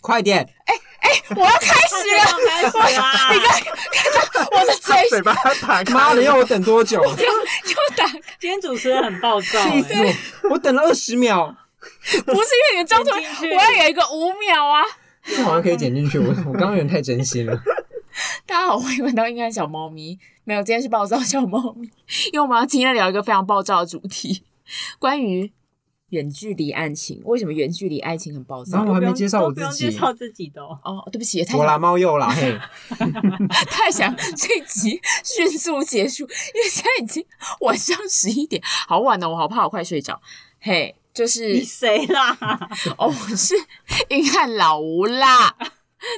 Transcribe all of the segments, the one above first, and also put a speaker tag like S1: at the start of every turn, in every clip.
S1: 快点！
S2: 哎哎， 我要开始了，
S3: 开始啦！
S2: 你看，看到我的嘴
S4: 嘴巴打开，啊
S1: 妈的，要我等 多久？
S2: 就打，
S3: 今天主持人很暴躁、
S1: 气死
S3: 欸，
S1: 我！我等了二十秒，
S2: 不是因为你的中途，
S3: 点进
S2: 我
S3: 去
S2: 要有一个五秒啊！
S1: 这好像可以剪 进去。我我刚刚有点太真心了。
S2: 大家好，欢迎回到应该小猫咪，没有，今天是暴躁小猫咪，因为我们要今天聊一个非常暴躁的主题，关于远距离爱情。为什么远距离爱情很暴
S1: 然
S2: 躁
S3: 嗯
S1: 后？我还没介绍我
S3: 都不
S1: 自
S3: 用介
S1: 己，
S3: 绍自己 的、哦，
S2: 哦，对不起，也太
S1: 我啦猫又啦 嘿，
S2: 太想这一集迅速结束，因为现在已经晚上十一点，好晚哦了，我好怕我快睡着。嘿，就是
S3: 你谁啦？
S2: 哦，我是硬汉老吴啦，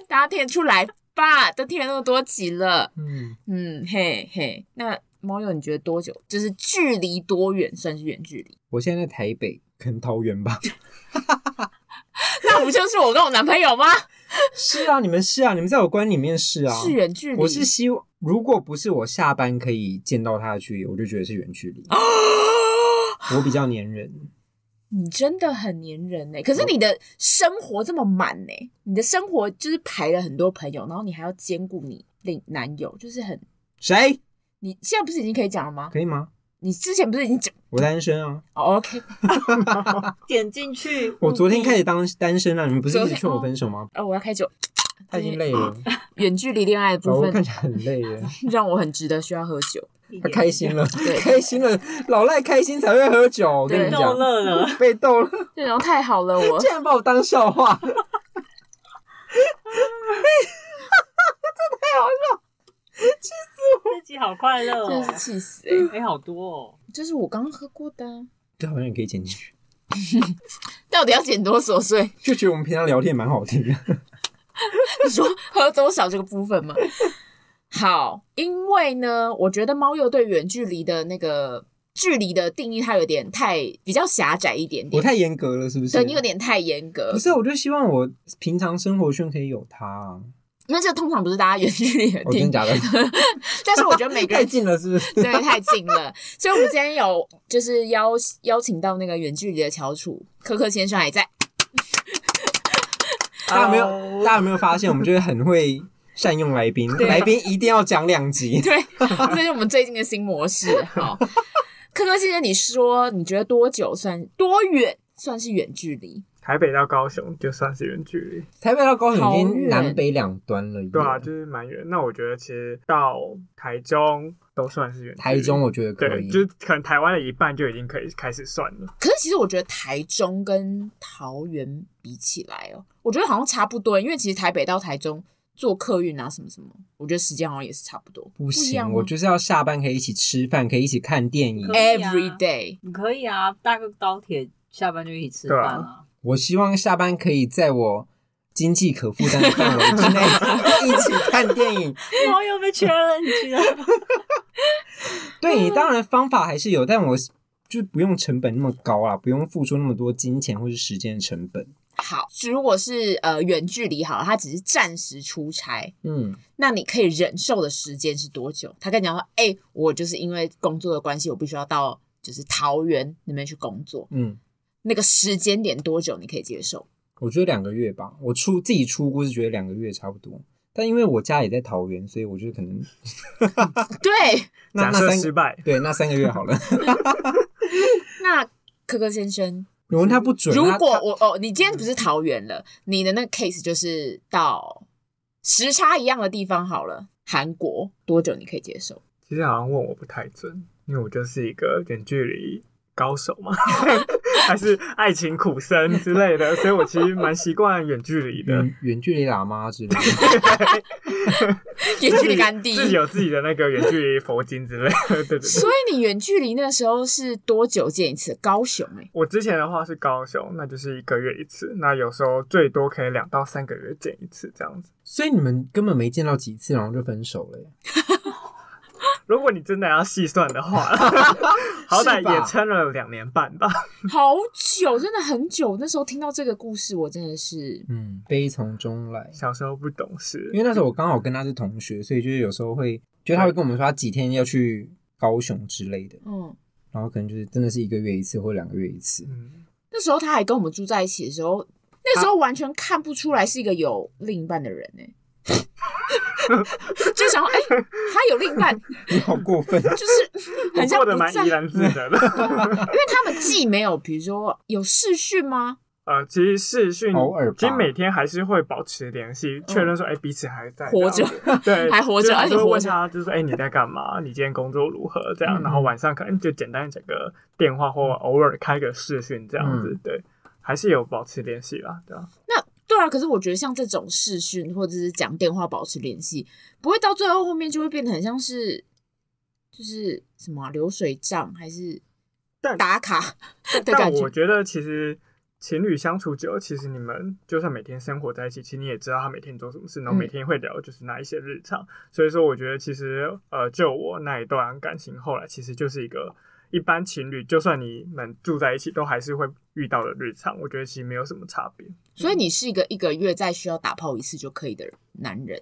S2: 大家听得出来吧？都听了那么多集了，
S1: 嗯，
S2: 嗯，嘿嘿。那猫友，你觉得多久？就是距离多远算是远距离？
S1: 我现在在台北，可能桃园 吧。
S2: 那不就是我跟我男朋友吗？
S1: 是啊，你们是啊，你们在我观里面是啊。
S2: 是远距离。
S1: 我是希望，如果不是我下班可以见到他的距离，我就觉得是远 距离。我比较粘人，
S2: 你真的很粘人欸呢、可是你的生活这么满呢、你的生活就是排了很多朋友，然后你还要兼顾你另男友，就是很
S1: 谁
S2: 你现在不是已经可以讲了吗？
S1: 可以吗？
S2: 你之前不是已经讲、
S1: 我单身啊，
S2: 哦、？OK，
S3: 点进去，
S1: 我昨天开始当单身了、啊你们不是一
S2: 昨
S1: 直
S2: 天
S1: 劝我分手吗？
S2: 呃，我要开酒。
S1: 他已经累了，
S2: 远距离恋爱的
S1: 老
S2: 部
S1: 吴
S2: 分
S1: 哦看起来很累 耶，
S2: 让我很值得需要喝酒。
S3: 一点
S1: 他开心了
S2: 对，
S1: 开心了，老赖开心才会喝酒，我跟
S2: 对
S1: 你
S3: 逗
S1: 讲，
S3: 乐了，
S1: 被逗 了，
S2: 这种太好了， 我
S1: 竟然把我当笑话，这太好笑，
S3: 自己好快乐
S2: 真
S3: 哦
S2: 的，是气死哎、欸！
S3: 哎、好多哦，
S2: 这是我刚刚喝过的啊、
S1: 这好像也可以剪进去，
S2: 到底要减多琐碎？
S1: 就觉得我们平常聊天蛮好 听的，
S2: 你说喝多少这个部分吗？好，因为呢，我觉得猫又对远距离的那个距离的定义，它有点太比较狭窄一点
S1: 我
S2: 点，
S1: 太严格了，是不是？
S2: 对你有点太严格
S1: 不。是，我就希望我平常生活圈可以有他、啊。
S2: 那这通常不是大家远距离的
S1: 我、
S2: 定
S1: 哦真
S2: 义，
S1: 假的？
S2: 但是我觉得 每个
S1: 太
S2: 人
S1: 近了，是不是？
S2: 对太近了，所以我们今天有就是邀邀请到那个远距离的翘楚科科先生还在，
S1: 大家有没有，大家有没有发现，我们就是很会善用来宾，
S2: 哦对
S1: 来宾一定要讲两集。
S2: 对，这是我们最近的新 模式。好，科科先生，你说你觉得多久算多远算是远距离？
S4: 台北到高雄就算是远距离，
S1: 台北到高雄已
S2: 好
S1: 经
S2: 远
S1: 南北两端了耶，
S4: 对啊，就是蛮远。那我觉得其实到台中都算是远距离，
S1: 台中我觉得可
S4: 对，
S1: 以，
S4: 就是可能台湾的一半就已经可以开始算了。
S2: 可是其实我觉得台中跟桃园比起来哦，我觉得好像差不多，因为其实台北到台中坐客运啊什么什么，我觉得时间好像也是差不多。
S1: 不
S2: 一
S1: 行，
S2: 样吗
S1: 我就是要下班可以一起吃饭，可以一起看电影
S3: 可。以啊
S2: every day
S3: 你可以啊，搭个高铁下班就一起吃
S4: 对啊
S3: 饭啊，
S1: 我希望下班可以在我经济可负担的范围之内 一起看电影。
S3: 猫又被圈了，你知道吗？
S1: 对你当然方法还是有，但我就是不用成本那么高啊，不用付出那么多金钱或是时间的成本。
S2: 好，如果是呃远距离好了，他只是暂时出差，
S1: 嗯，
S2: 那你可以忍受的时间是多久？他跟你讲说，哎、我就是因为工作的关系，我必须要到就是桃园那边去工作，
S1: 嗯，
S2: 那个时间点多久你可以接受？
S1: 我觉得两个月吧，我出自己出估是觉得两个月差不多。但因为我家也在桃园，所以我觉得可能
S2: 对，
S1: 那
S4: 假
S1: 那
S4: 设
S1: 三
S4: 失败，
S1: 对那三个月好了。
S2: 那科科先生，
S1: 我问他不准，
S2: 如
S1: 他
S2: 果
S1: 他
S2: 我哦，你今天不是桃园了，你的那个 case 就是到时差一样的地方好了，韩国多久你可以接受？
S4: 其实好像问我不太准，因为我就是一个远距离高手 嘛，还是爱情苦参之类的，所以我其实蛮习惯远距离的。
S1: 远远距离喇嘛之类的，
S2: 远
S4: 自
S2: 距
S4: 己
S2: 离干地，
S4: 自己有自己的那个远距离佛经 之类的。对对对，
S2: 所以你远距离那时候是多久见一次？高雄哎、
S4: 我之前的话是高雄，那就是一个月一次，那有时候最多可以两到三个月见一次这样子。
S1: 所以你们根本没见到几次，然后就分手了耶。
S4: 如果你真的要细算的 话，好歹也撑了两年半吧。
S2: 好久，真的很久。那时候听到这个故事，我真的是
S1: 嗯，悲从中来。
S4: 小时候不懂事
S1: 因，为那时候我刚好跟他是同学，所以就是有时候会，就是他会跟我们说他几天要去高雄之类的，
S2: 嗯，
S1: 然后可能就是真的是一个月一次或两个月一次。
S4: 嗯，
S2: 那时候他还跟我们住在一起的时候，那时候完全看不出来是一个有另一半的人呢、欸 就想说，哎、他有另一半，
S1: 你好过分，
S2: 就是
S4: 我
S2: 很像
S4: 过得
S2: 不
S4: 蛮
S2: 在，
S4: 怡
S2: 因
S4: 然自 得的。
S2: 为他们既没有，比如说有视讯吗？
S4: 呃，其实视讯
S1: 偶尔吧
S4: 其实每天还是会保持联系，确认说，哎、彼此还在
S2: 嗯活
S4: 这
S2: 着
S4: 样子，对，
S2: 还活
S4: 就
S2: 着
S4: 是还
S2: 而且
S4: 是会
S2: 活
S4: 问
S2: 着
S4: 他，就是说，哎、你在干嘛？你今天工作如何？这样，
S2: 嗯
S4: 然后晚上可能就简单整个电话或偶尔开个视讯这样子，
S1: 嗯
S4: 对，还是有保持联系啦，对啊。
S2: 那对啊，可是我觉得像这种视讯或者是讲电话保持联系，不会到最后后面就会变得很像是就是什么啊、流水账还是
S4: 但
S2: 打卡 的
S4: 但
S2: 感觉
S4: 我。觉得其实情侣相处久，其实你们就算每天生活在一起，其实你也知道他每天做什么事，然后
S2: 嗯
S4: 每天会聊就是哪一些日常。所以说，我觉得其实呃，就我那一段感情，后来其实就是一个一般情侣，就算你们住在一起，都还是会遇到的日常。我觉得其实没有什么差别。
S2: 所以你是一个一个月再需要打炮一次就可以的男人。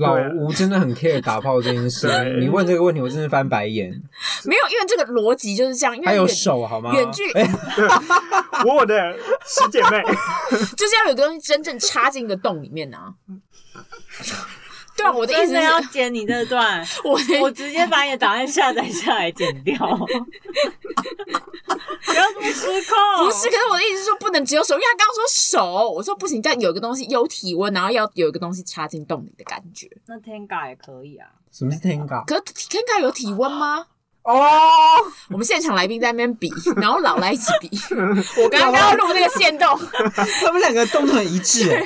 S1: 老吴真的很 care 打炮这件事
S4: 对。
S1: 你问这个问题，我真的翻白眼。
S2: 没有，因为这个逻辑就是这样。因为
S1: 还有
S2: 远
S1: 手好吗？
S2: 远距
S1: 哎
S4: 我的师姐妹，
S2: 就是要有个东西真正插进一个洞里面 啊。对啊，我的意
S3: 真
S2: 思
S3: 的要
S2: 是，
S3: 剪你 这段，
S2: 我的
S3: 我直接把你的档案下载下来剪掉。 不要这么失控！
S2: 不是，可是我的意思是说，不能只有手，因为他刚刚说手，我说不行，但有一个东西有体温，然后要有一个东西插进洞里的感觉。
S3: 那 Tenga 也可以啊。
S1: 什么是 Tenga？
S2: 可是 Kenga 有体温 吗？
S1: 哦，
S2: 我们现场来宾在那边比，然后老来一起 比。我刚刚录那个线动，
S1: 他们两个动作很一致，哎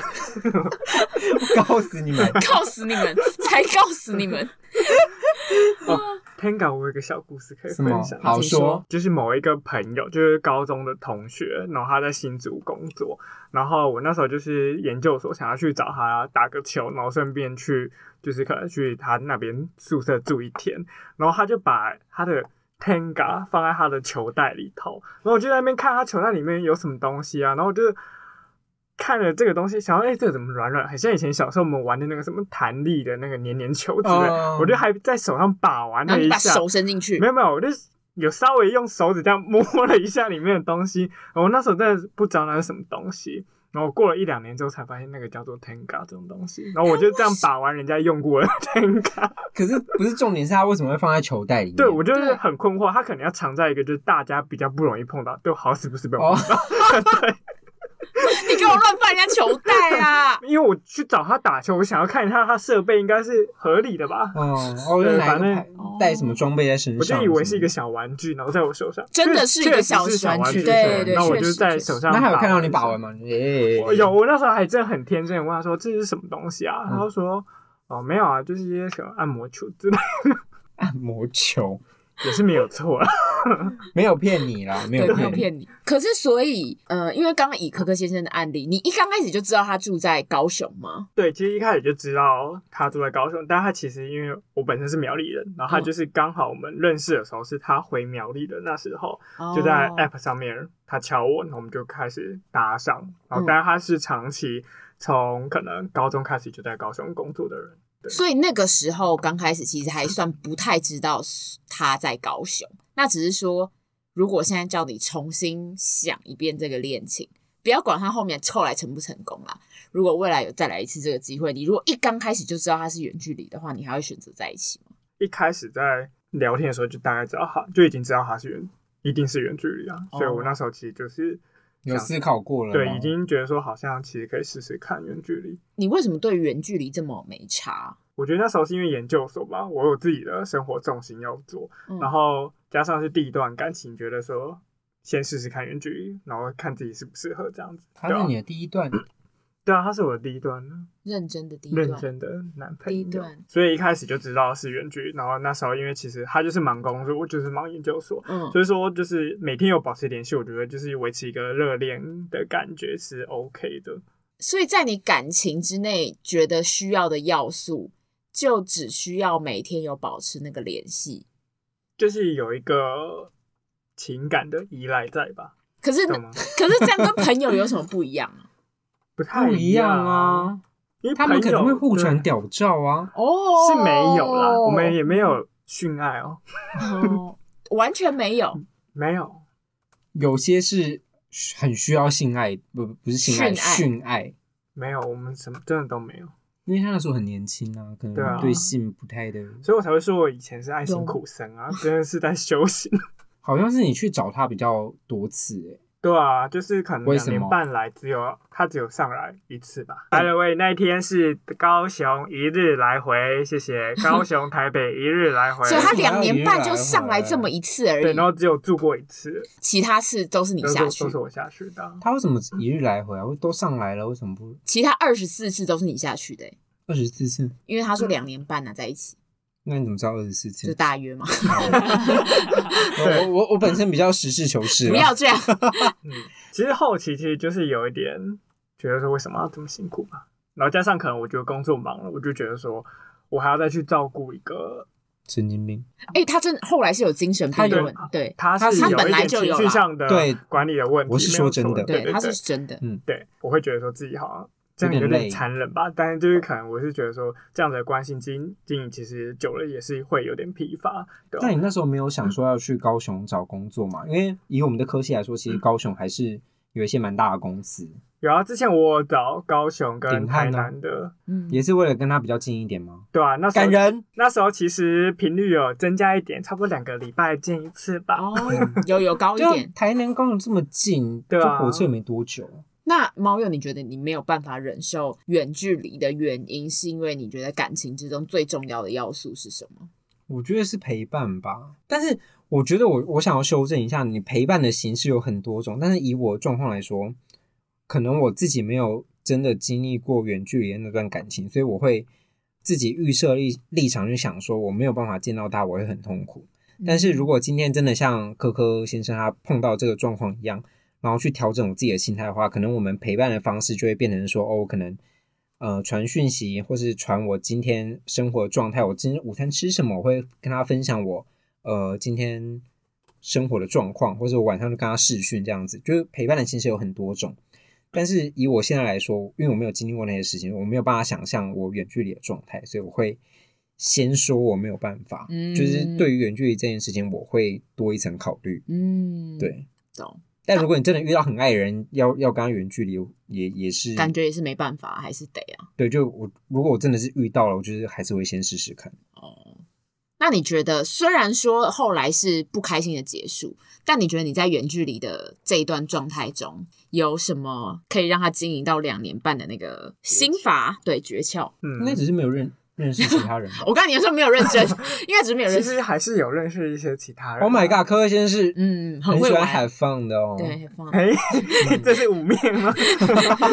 S1: 我告诉你们，
S2: 告死你们，才告死 你们。
S4: Tenga，我有一个小故事可以
S1: 什
S4: 分
S1: 么
S4: 享。
S1: 好
S2: 请说
S1: 说？
S4: 就是某一个朋友，就是高中的同学，然后他在新竹工作，然后我那时候就是研究所想要去找他打个球，然后顺便去就是可能去他那边宿舍住一天，然后他就把他的 Tenga 放在他的球袋里头，然后我就在那边看他球袋里面有什么东西啊，然后我就看了这个东西，想说哎、这个怎么软软，很像以前小时候我们玩的那个什么弹力的那个黏黏球之类的
S1: 哦
S4: 我就还在手上把玩
S2: 然
S4: 了
S2: 后你
S4: 一
S2: 把
S4: 下，
S2: 手伸进去
S4: 没，有没有，我就是有稍微用手指这样摸了一下里面的东西，我那时候真的不知道那是什么东西。然后过了一两年之后才发现那个叫做 Tenga 这种东西，然后我就这样把玩人家用过的 Tenga，
S1: 可是不是重点是他为什么会放在球袋里面？
S4: 对我就是
S2: 对
S4: 很困惑，它可能要藏在一个就是大家比较不容易碰到，就好死不死被我
S1: 哦
S4: 碰到，
S2: 你给我乱放人家球袋 啊！
S4: 因为我去找他打球，我想要看一下他设备应该是合理的吧，
S1: 哦，哦，就拿一
S4: 反
S1: 个
S4: 正
S1: 牌带什么装备在身上？
S4: 我就以为是一个。小玩具，然后在我手上，
S2: 真的
S4: 确
S2: 是一个
S4: 确实
S2: 小
S4: 是小
S2: 玩
S4: 玩
S2: 具
S4: 具，
S2: 对对
S4: 然后我
S2: 确
S4: 就
S2: 实确
S4: 在
S2: 实
S4: 手上，
S1: 那还有看到你把玩？吗？耶，
S4: 我哦有，我那时候还真的很天真，我问他说这是什么东西啊？
S2: 嗯
S4: 他就说哦没有啊，就是一些什么按摩球之类，
S1: 按摩球，
S4: 也是没有错啊。
S1: 没有骗你啦，没
S2: 对，
S1: 有
S2: 没有
S1: 骗你。
S2: 骗你。可是所以，呃，因为刚刚以可可先生的案例，你一刚开始就知道他住在高雄吗？
S4: 对，其实一开始就知道他住在高雄，但他其实因为我本身是苗栗人，然后他
S2: 嗯
S4: 就是刚好我们认识的时候是他回苗栗的，那时候就在哎
S2: 哦
S4: App 上面他敲我，然后我们就开始搭上，然
S2: 嗯
S4: 后但他是长期从可能高中开始就在高雄工作的人。
S2: 所以那个时候刚开始其实还算不太知道他在高雄，那只是说，如果现在叫你重新想一遍这个恋情，不要管他后面后来成不成功啦。如果未来有再来一次这个机会，你如果一刚开始就知道他是远距离的话，你还会选择在一起吗？
S4: 一开始在聊天的时候就大概知道哦他，就已经知道他是远，一定是远距离啊。
S2: 哦
S4: 所以我那时候其实就是
S1: 有
S4: 想
S1: 思考过了吗，
S4: 对，已经觉得说好像其实可以试试看远距离。
S2: 你为什么对远距离这么没差？
S4: 我觉得那时候是因为研究所吧，我有自己的生活重心要做，
S2: 嗯
S4: 然后加上是第一段感情，觉得说先试试看远距离，然后看自己适不适合这样子。
S1: 他
S4: 对
S1: 是
S4: 啊
S1: 你，的第一段，
S4: 对啊，他是我的第一段呢。
S2: 认真的第一段，
S4: 认真的男朋
S2: 第一
S4: 友
S2: 段，
S4: 所以一开始就知道是远距，然后那时候因为其实他就是忙工作，我就是忙研究所，
S2: 嗯，
S4: 所以说就是每天有保持联系，我觉得就是维持一个热恋的感觉是 OK 的。
S2: 所以在你感情之内觉得需要的要素，就只需要每天有保持那个联系。
S4: 就是有一个情感的依赖在吧？
S2: 可是，
S4: 懂吗？
S2: 可是这样跟朋友有什么不一样啊？
S4: 不太
S1: 不一样
S4: 样，
S1: 啊，
S4: 因为
S1: 他们可能
S4: 朋
S1: 会
S4: 友
S1: 互传
S4: 对
S1: 屌照啊。
S2: 哦，
S4: 是没有啦，我们也没有训爱哦，嗯
S2: 哦完全没有。
S4: 没有。
S1: 有些是很需要性爱，不不是性爱，
S2: 训爱
S1: 训爱，
S4: 没有，我们什么真的都没有，
S1: 因为他那时候很年轻啊，可
S4: 对啊
S1: 能对性不太的，
S4: 所以我才会说我以前是爱
S2: 有
S4: 情苦僧啊，真的是在 修行。
S1: 好像是你去找他比较多次、欸，
S4: 对啊，就是可能
S1: 为
S4: 两
S1: 什
S4: 年
S1: 么嗯
S4: 半来只有他只有上来一次吧。By the way，那一天是高雄一日来回，谢谢高 雄台北一日来回。
S2: 所以他
S1: 为什么要
S2: 两年半
S1: 一日来
S2: 就
S1: 回
S2: 上来这么一次而
S4: 对，
S2: 已
S4: 然，后只有住过一次，
S2: 其他次都是你
S4: 都是
S2: 下
S4: 我
S2: 去
S4: 都，是我下去的啊。
S1: 他为什么一日来回啊？都上来了，为什么不
S2: 其他二十四次都是你下去的欸、
S1: 二十四次？
S2: 因为他说两年半呢、啊、在一起，
S1: 那你怎么知道二十四
S2: 就
S1: 次？
S2: 大约嘛，
S1: 我我我本身比较实事求是啦，
S2: 不要这样。
S4: 嗯，其实后期其实就是有一点觉得说为什么要这么辛苦吧，然后加上可能我觉得工作忙了，我就觉得说我还要再去照顾一个
S1: 神经病。
S2: 哎、他真后来是有精神病
S4: 他
S2: 的
S4: 有
S2: 问，对
S4: 他
S1: 他
S4: 是
S1: 是
S4: 有
S2: 本
S4: 一
S2: 来
S4: 点
S2: 就
S4: 情
S2: 有
S4: 绪
S2: 啦
S4: 上的
S1: 对
S4: 管理的问题。
S1: 我是
S4: 没
S1: 说
S4: 有
S1: 真
S4: 错
S1: 的
S4: 对
S2: 对，他
S4: 对
S2: 是真的。
S4: 对，我会觉得说自己好像这样
S1: 有
S4: 有
S1: 点
S4: 点
S1: 累
S4: 残忍吧，但是就是可能我是觉得说这样子的关心经经营其实久了也是会有点疲乏，对吧
S1: 那你那时候没有想说要去高雄找工作嘛？因为以我们的科系来说，其实高雄还是有一些蛮大的公司，
S4: 然后之前我有找高雄跟
S1: 鼎泰
S4: 台
S1: 呢
S4: 南的，
S2: 嗯，
S1: 也是为了跟他比较近一点吗？
S4: 对啊，那时候
S1: 感人，
S4: 那时候其实频率有增加一点，差不多两个礼拜见一次吧。
S2: 哦， 有有高一
S1: 就
S2: 点。
S1: 台南高雄这么近，
S4: 对啊
S1: 坐火车也没多久。
S2: 那猫友，你觉得你没有办法忍受远距离的原因，是因为你觉得感情之中最重要的要素是什么？
S1: 我觉得是陪伴吧，但是我觉得我我想要修正一下，你陪伴的形式有很多种，但是以我的状况来说，可能我自己没有真的经历过远距离的那段感情，所以我会自己预设立立场去想说，我没有办法见到他，我会很痛苦。但
S2: 嗯
S1: 是如果今天真的像科科先生他碰到这个状况一样，然后去调整我自己的心态的话，可能我们陪伴的方式就会变成说，哦，我可能呃传讯息，或是传我今天生活状态，我今天午餐吃什么，我会跟他分享我呃今天生活的状况，或者我晚上就跟他视讯这样子，就是陪伴的形式有很多种。但是以我现在来说，因为我没有经历过那些事情，我没有办法想象我远距离的状态，所以我会先说我没有办法，
S2: 嗯
S1: 就是对于远距离这件事情，我会多一层考虑。
S2: 嗯，
S1: 对，
S2: 懂，
S1: 但如果你真的遇到很爱的人，要要跟他远距离，也也是
S2: 感觉也是没办法，还是得啊。
S1: 对。就我如果我真的是遇到了，我就是还是会先试试看。
S2: 哦，那你觉得，虽然说后来是不开心的结束，但你觉得你在远距离的这一段状态中，有什么可以让他经营到两年半的那个心法？对，诀窍。
S4: 嗯，
S1: 应该只是没有认认识其他人吧。
S2: 我刚才你说没有认 真，应该只是没有认
S4: 其
S2: 真。
S4: 实还是有认识一些其他人啊。
S1: Oh my god，科科先生是
S2: 嗯，
S1: 很
S2: 会
S1: 喜欢
S2: 玩，
S1: have fun 的哦。
S2: 对，很放
S4: 哎、 这是五面吗？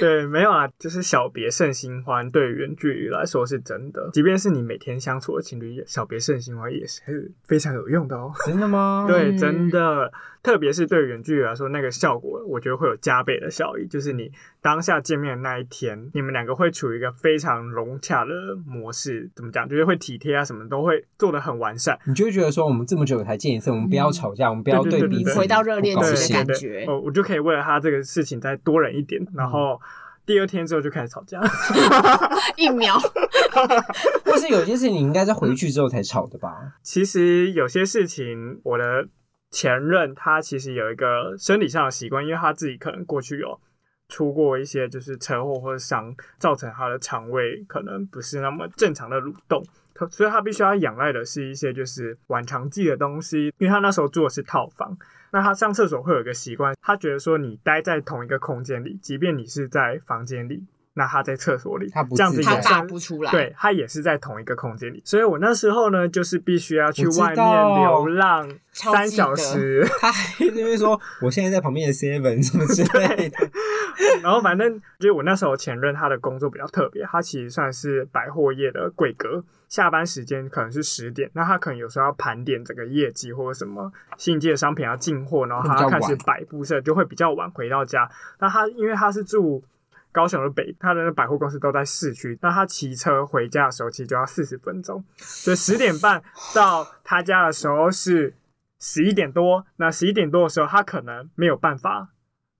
S4: 对，没有啊，就是小别胜新欢，对于远距离来说是真的。即便是你每天相处的情侣，小别胜新欢也是非常有用的哦。
S1: 真的 吗？
S4: 对，
S2: 嗯
S4: 真的，特别是对远距离来说，那个效果我觉得会有加倍的效益。就是你当下见面的那一天，你们两个会处于一个非常融洽的模式，怎么讲？就是会体贴啊，什么都会做的很完善。
S1: 你就会觉得说，我们这么久才见一次，我们不要吵架，我们不要
S4: 对对对对
S1: 彼此
S4: 对
S2: 嗯回到热恋
S1: 不高
S2: 期
S4: 对
S2: 的
S1: 兴
S2: 感
S4: 对
S2: 觉
S4: 对，哦，我就可以为了他这个事情再多忍一点，然后第二天之后就开始吵架。
S2: 一秒。
S1: 或是有些事情你应该在回去之后才吵的吧？
S4: 其实有些事情，我的前任他其实有一个生理上的习惯，因为他自己可能过去有出过一些就是车祸或者伤，造成他的肠胃可能不是那么正常的蠕动。他所以他必须要仰赖的是一些就是晚肠剂的东西，因为他那时候住的是套房，那他上厕所会有一个习惯，他觉得说你待在同一个空间里，即便你是在房间里，那他在厕所里，
S1: 他不
S4: 这样子
S1: 自
S4: 也
S1: 在
S2: 他
S1: 对
S2: 打
S4: 算
S2: 不出来，
S4: 对，他也是在同一个空间里，所以我那时候呢，就是必须要去
S1: 我知
S4: 外面
S1: 道
S4: 流浪
S2: 超
S4: 三
S2: 记
S4: 小
S2: 得
S4: 时，
S1: 他还因为说我现在在旁边的 seven 什么之类 的，
S4: 然后反正就是我那时候前任他的工作比较特别，他其实算是百货业的柜哥，下班时间可能是十点，那他可能有时候要盘点整个业绩或者什么新进的商品要进货，然后他要开始摆布设，就会比较晚回到家。那他因为他是住。高雄的北，他的百货公司都在市区。那他骑车回家的时候，其实就要四十分钟，所以十点半到他家的时候是十一点多。那十一点多的时候，他可能没有办法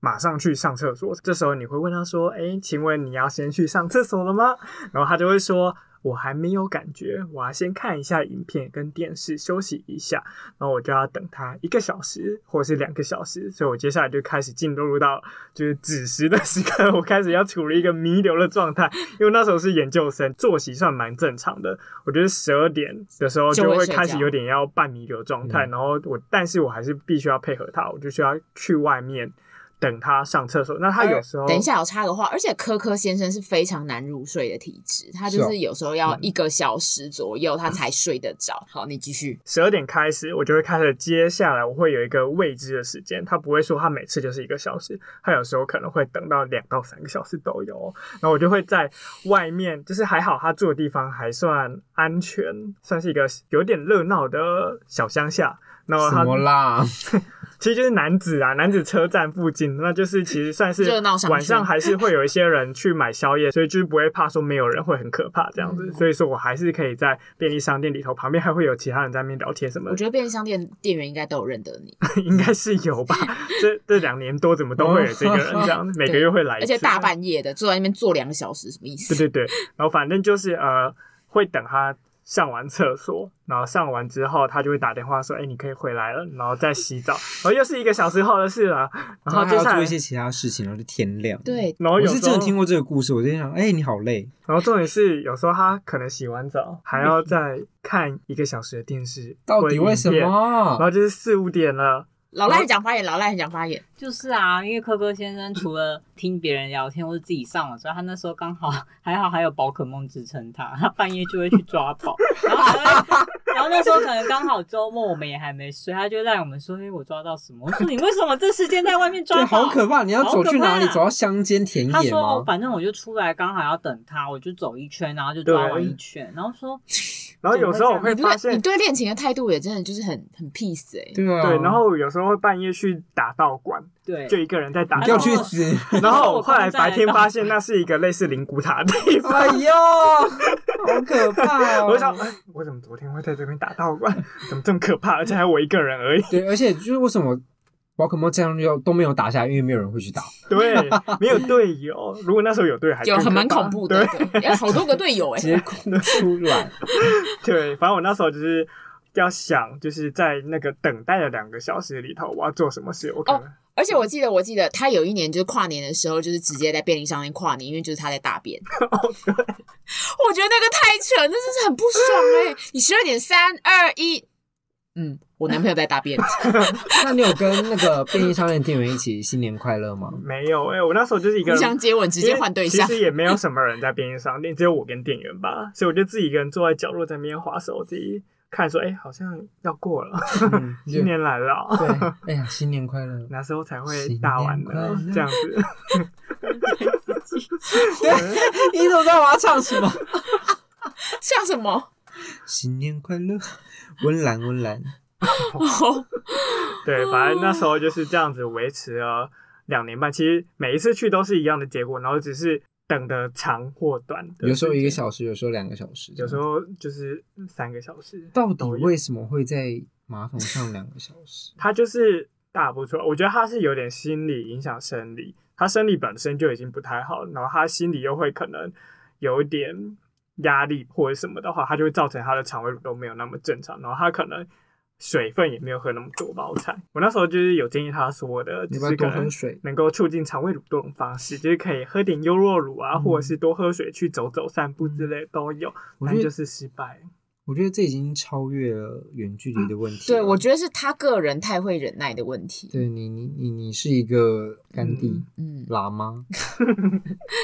S4: 马上去上厕所。这时候你会问他说：“哎，请问你要先去上厕所了吗？”然后他就会说：“我还没有感觉，我要先看一下影片跟电视休息一下，然后我就要等它一个小时或者是两个小时，所以我接下来就开始进入到就是子时的时刻，我开始要处于一个弥留的状态，因为那时候是研究生，作息算蛮正常的，我觉得十二点的时候
S2: 就
S4: 就
S2: 会
S4: 会
S2: 睡
S4: 开始
S2: 觉
S4: 有点要半弥留状态，
S1: 嗯
S4: 然后我但是我还是必须要配合他，我就需要去外面等他上厕所，那他有时候
S2: 哎等一下，我插个话，而且科科先生是非常难入睡的体质，他就是
S1: 哦
S2: 是有时候
S4: 嗯
S2: 要一个小时左右他才睡得着。好，你继续。
S4: 十二点开始，我就会开始接下来我会有一个未知的时间，他不会说他每次就是一个小时，他有时候可能会等到两到三个小时都有哦、然后我就会在外面，就是还好他住的地方还算安全，算是一个有点热闹的小乡下。然后
S1: 什
S4: 他
S1: 么啦？
S4: 其实就是男子啊，男子车站附近，那就是其实算是
S2: 热闹商圈
S4: 晚上还是会有一些人去买宵夜，所以就是不会怕说没有人会很可怕这样子。
S2: 嗯
S4: 所以说我还是可以在便利商店里头，旁边还会有其他人在那边聊天什么
S2: 我
S4: 的，
S2: 觉得便利商店店员应该都有认得你，
S4: 应该是有 吧。这这两年多怎么都会有这个人这
S2: 哦
S4: 样，每个月会来一次，
S2: 而且大半夜的坐在那边坐两个小时，什么意思？
S4: 对对对，然后反正就是呃，会等他上完厕所，然后上完之后，他就会打电话说：“哎、你可以回来了。”然后再洗澡，然后又是一个小时后的事了。然
S2: 哦
S4: 后
S1: 还
S4: 接
S1: 要
S4: 下
S1: 做
S4: 来
S1: 一，些其他事情，然后就天亮。，
S2: 对
S4: 然后
S1: 我
S4: 有
S1: 是
S4: 时候
S1: 真的听过这个故事，我就想，哎，你好累，
S4: 然后重点是，有时候他可能洗完澡还要再看一个小时的电视，
S1: 到底为什
S4: 或者影片然
S1: 么？啊
S4: 后就是四五点了，
S2: 老赖很讲发言，老赖很讲发言。
S3: 就是啊，因为科科先生除了听别人聊天或者自己上网之外，他那时候刚好还好还有宝可梦支撑他，他半夜就会去抓宝，然后还会然后那时候可能刚好周末我们也还没睡，他就赖我们说：“哎、我抓到什么？”我说：“你为什么这时间在外面抓
S1: 对，
S3: 宝？”
S1: 好可怕！你要走去哪里？
S4: 啊
S3: 好可怕
S1: 走到乡间田
S3: 他
S1: 野
S3: 说：“哦
S1: 吗，？
S3: 反正我就出来，刚好要等他，我就走一圈，然后就抓完
S4: 对
S3: 一圈，然后说
S4: 然后有时候我
S3: 怎么
S4: 会
S2: 你
S4: 发
S2: 对你
S4: 现。
S2: 对恋情的态度也真的就是很很 peace 哎、
S1: 对啊，
S4: 对，然后有时候会半夜去打道馆，
S3: 对，
S4: 就一个人在打
S1: 你
S3: 然
S1: 给
S4: 道
S1: 我
S3: 后
S1: 去
S4: 馆。
S1: 死！
S4: 然后我后来白天发现那是一个类似灵骨塔的地 方，
S1: 哎呦，好可怕哦！
S4: 我就想，哎，我怎么昨天会在这边打道馆？怎么这么可怕？而且还我一个人而已。
S1: 对，而且就是为什么宝可梦这样就都没有打下来，因为没有人会 去打。
S4: 对，没有队友。如果那时候有队友，还
S2: 有
S4: 更
S2: 很蛮
S4: 可怕
S2: 恐怖
S4: 对
S2: 的，对，哎好多个队 友哎、
S1: 结果出来，
S4: 对，反正我那时候就是要想，就是在那个等待的两个小时里头，我要做什么事。我可能、
S2: 而且
S1: 嗯
S2: 我记得，我记得他有一年就是跨年的时候，就是直接在便利商店跨年，因为就是他在大 便。
S1: 哦
S2: 我觉得那个太扯，那真是很不爽哎、你十二点三二一，嗯，我男朋友在大 便，
S1: 那你有跟那个便利商店店员一起新年快乐吗？
S4: 没有哎、我那时候就是一个
S2: 互
S4: 人
S2: 相接吻，直接换对象
S4: 其。实也没有什么人在便利商店，只有我跟店员吧，所以我就自己一个人坐在角落在那边划手机，看说哎、好像要过 了，
S1: 嗯
S4: 新年来了哦。
S1: 对，哎呀，新年快乐！
S4: 那时候才会大玩的
S1: 新年快
S4: 这样
S1: 乐
S4: 子，
S1: 你怎么知道我要唱什么？
S2: 像什么？
S1: 新年快乐， 温岚温岚。
S2: 哦，
S4: 对，反正那时候就是这样子维持了两年半。其实每一次去都是一样的结果，然后只是等的长或短的时间。
S1: 有时候一个小时，有时候两个小时，
S4: 有时候就是三个小时。
S1: 到底为什么会在马桶上两个小 时？
S4: 他就是大不出来，我觉得他是有点心理影响生理，他生理本身就已经不太好，然后他心理又会可能有一点压力或者什么的话，他就会造成他的肠胃蠕动没有那么正常，然后他可能。水分也没有喝那么多吧，我猜。我那时候就是有建议他说的，
S1: 你
S4: 就
S1: 要不要
S4: 是可
S1: 多
S4: 能
S1: 喝水？
S4: 能够促进肠胃蠕动的方式，就是可以喝点优酪乳啊，
S1: 嗯
S4: 或者是多喝水去走走、散步之类的都有，
S1: 我
S4: 但
S1: 觉
S4: 就
S1: 得，
S4: 是失败。
S1: 我觉得这已经超越了远距离的问题了。
S2: 对，我觉得是他个人太会忍耐的问题。
S1: 对你，你你你是一个甘地
S4: 嗯
S2: 嗯，
S1: 喇 嘛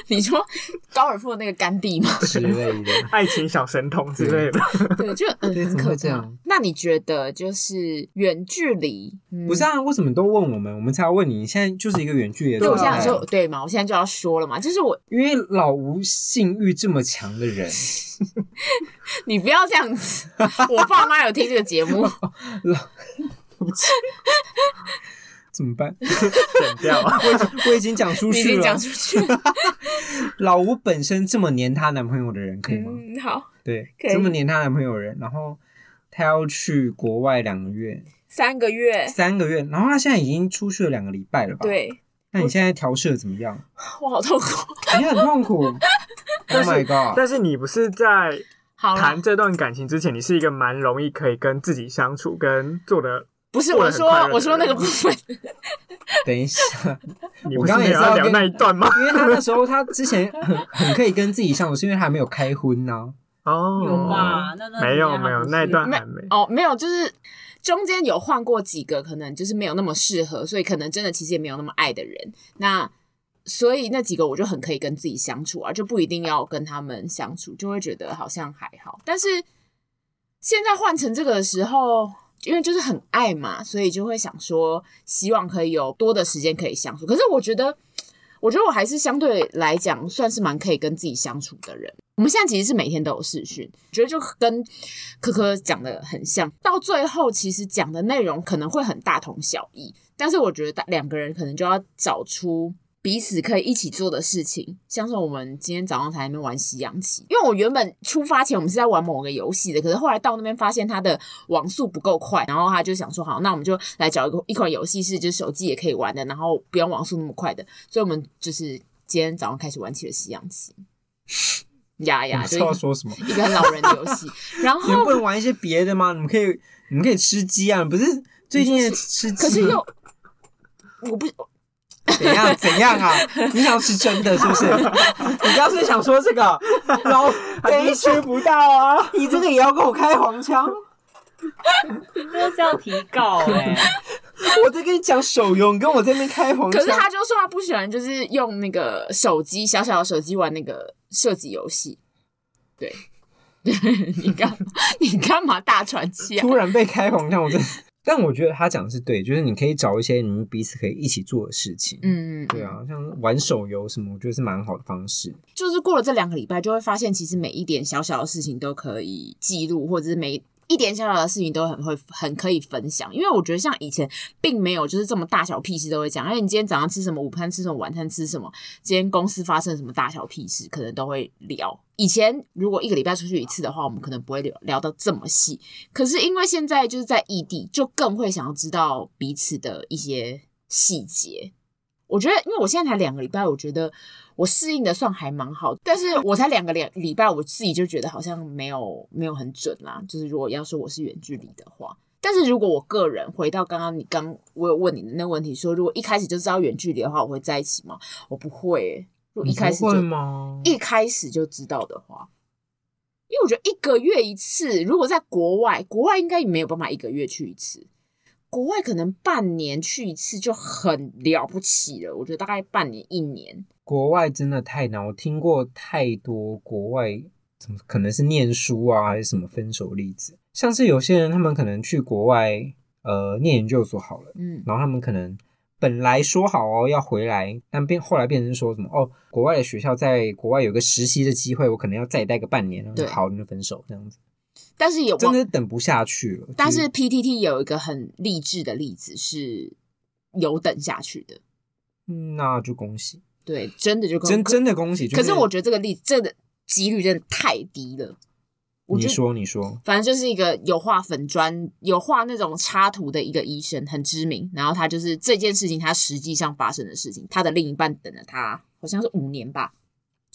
S2: 你说高尔夫的那个甘地吗？
S1: 之类的。
S4: 爱情小神 童之类的，
S2: 对，就嗯，
S1: 对
S2: 很
S1: 怎么
S2: 可
S1: 会这
S2: 怕
S1: 样。
S2: 那你觉得就是远距离？嗯
S1: 不是啊，为什么都问我们？我们才要问你。你现在就是一个远距离的
S2: 对，我
S1: 状
S2: 现在
S1: 态。
S2: 就对嘛，我现在就要说了嘛，就是我，
S1: 因为老吴性欲这么强的 人，
S2: 你不要这样子，我爸妈有听这个节 目，
S1: 怎么办？
S4: 剪 掉。
S1: 我已经我已经讲出
S2: 你已
S1: 去
S2: 经
S1: 了
S2: 讲。出去，
S1: 老吴本身这么黏她男朋友的人，可以吗？
S2: 嗯，好，
S1: 对，
S2: 可以
S1: 这么黏她男朋友的人，然后她要去国外两个月、
S2: 三个月，
S1: 三个月，然后她现在已经出去了两个礼拜了吧？。
S2: 对
S1: 那你现在调试的怎么样？
S2: 我好痛苦，
S1: 你很痛苦， Oh my god！
S4: 但是你不是在
S2: 好啦
S4: 谈，这段感情之前，你是一个蛮容易可以跟自己相处、跟做的，
S2: 不是
S4: 过得
S2: 我
S4: 很
S2: 说
S4: 快乐的
S2: 我说那个
S4: 人
S2: 部分，
S1: 等一下，
S4: 你
S1: 我
S4: 不是
S1: 刚刚
S4: 没
S1: 也
S4: 有
S1: 是要
S4: 聊
S1: 跟
S4: 那一段吗？
S1: 因为他那时候他之前很很可以跟自己相处，是因为他还没有开荤呢、
S4: 哦，
S3: 有吧？那段时 间
S4: 没有
S3: 他不
S4: 没有，
S3: 是
S4: 那一段还没。
S2: 哦，没有，就是中间有换过几个，可能就是没有那么适合，所以可能真的其实也没有那么爱的人。那所以那几个我就很可以跟自己相处啊，就不一定要跟他们相处，就会觉得好像还好。但是现在换成这个的时候，因为就是很爱嘛，所以就会想说，希望可以有多的时间可以相处。可是我觉得，我觉得我还是相对来讲算是蛮可以跟自己相处的人。我们现在其实是每天都有视讯，觉得就跟科科讲的很像。到最后，其实讲的内容可能会很大同小异，但是我觉得两个人可能就要找出彼此可以一起做的事情，像是我们今天早上才在那边玩西洋棋，因为我原本出发前我们是在玩某个游戏的，可是后来到那边发现它的网速不够快，然后他就想说好，那我们就来找一个一款游戏是就是手机也可以玩的，然后不用网速那么快的，所以我们就是今天早上开始玩起了西洋棋。呀
S1: 我
S2: 呀，
S1: 不
S2: 就
S1: 知
S2: 一
S1: 道
S2: 个
S1: 说什么。
S2: 一个很老人的游戏，然后
S1: 你们不能玩一些别的吗？你们可以，你们可以吃鸡啊！不是最近在吃鸡？
S2: 可是又，我不
S1: 怎样怎样啊？你想吃真的是 不是？你刚是想说这个，然后等一吃不到啊？你这个也要跟我开黄腔？
S3: 这是要提 告哎、
S1: 我在跟你讲手游，你跟我这边开黄
S2: 可
S1: 腔？
S2: 是他就说他不喜欢，就是用那个手机小小的手机玩那个射击游戏。对， 你干 你干嘛大喘气啊？
S1: 突然被开黄腔，我真的。但我觉得他讲的是对，就是你可以找一些你们彼此可以一起做的事情。
S2: 嗯，
S1: 对，啊，像玩手游什么，我觉得是蛮好的方式。
S2: 就是过了这两个礼拜，就会发现其实每一点小小的事情都可以记录，或者是每一点小小的事情都很会很可以分享。因为我觉得像以前并没有就是这么大小屁事都会讲，哎，你今天早上吃什么，午餐吃什么，晚餐吃什么，今天公司发生什么大小屁事，可能都会聊。以前如果一个礼拜出去一次的话，我们可能不会聊聊到这么细。可是因为现在就是在异地，就更会想要知道彼此的一些细节。我觉得，因为我现在才两个礼拜，我觉得我适应的算还蛮好，但是我才两个两礼拜，我自己就觉得好像没有没有很准啦。就是如果要说我是远距离的话，但是如果我个人回到刚刚你刚我有问你的那个问题说，如果一开始就知道远距离的话，我会在一起吗？我不会、欸。如果一开始
S1: 你不会
S2: 就
S1: 吗？
S2: 一开始就知道的话，因为我觉得一个月一次，如果在国外，国外应该也没有办法一个月去一次，国外可能半年去一次就很了不起了。我觉得大概半年一年，
S1: 国外真的太难，我听过太多国外怎么可能是念书啊，还是什么分手例子。像是有些人，他们可能去国外呃念研究所好了，
S2: 嗯，
S1: 然后他们可能本来说好哦要回来，但变后来变成说什么哦，国外的学校在国外有个实习的机会，我可能要再待个半年，然后
S2: 对
S1: 好，那就分手这样子，
S2: 但是也
S1: 真
S2: 忘，
S1: 的等不下去了。
S2: 但
S1: 就是
S2: PTT 有一个很励志的例子是有等下去的，
S1: 嗯那就恭喜，
S2: 对，真的就跟
S1: 真
S2: 可
S1: 真的恭喜。就
S2: 可是我觉得这个例子这个几率真的太低了。我
S1: 你
S2: 觉得
S1: 说你说，
S2: 反正就是一个有画粉砖、有画那种插图的一个医生，很知名。然后他就是这件事情，他实际上发生的事情，他的另一半等了他好像是五年吧，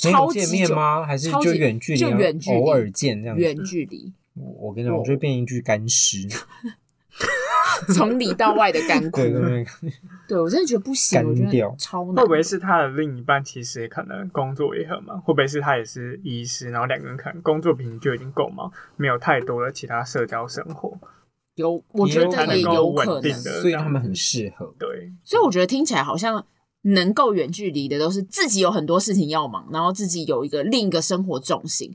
S1: 没有
S2: 超级
S1: 见面
S2: 久
S1: 吗？还是
S2: 超级
S1: 就远距离，啊
S2: 就远距离
S1: 偶尔见这样子？
S2: 远距离，
S1: 我我跟你讲，
S2: 我
S1: 我就会变一具干 尸，
S2: 从里到外的 干枯。
S1: 对对对，
S2: 对我真的觉得不行，
S1: 干
S2: 我觉
S1: 掉
S2: 得超难。
S4: 会不会是他的另一半其实可能工作也很忙？会不会是他也是医师，然后两个人可能工作平均就已经够忙，没有太多的其他社交生活？
S2: 有？我觉
S1: 也有可
S2: 得
S1: 能
S2: 也有
S4: 够
S2: 可
S4: 稳定
S2: 能
S4: 的。
S1: 所以他们很适合。
S4: 对，
S2: 所以我觉得听起来好像能够远距离的，都是自己有很多事情要忙，然后自己有一个另一个生活重心。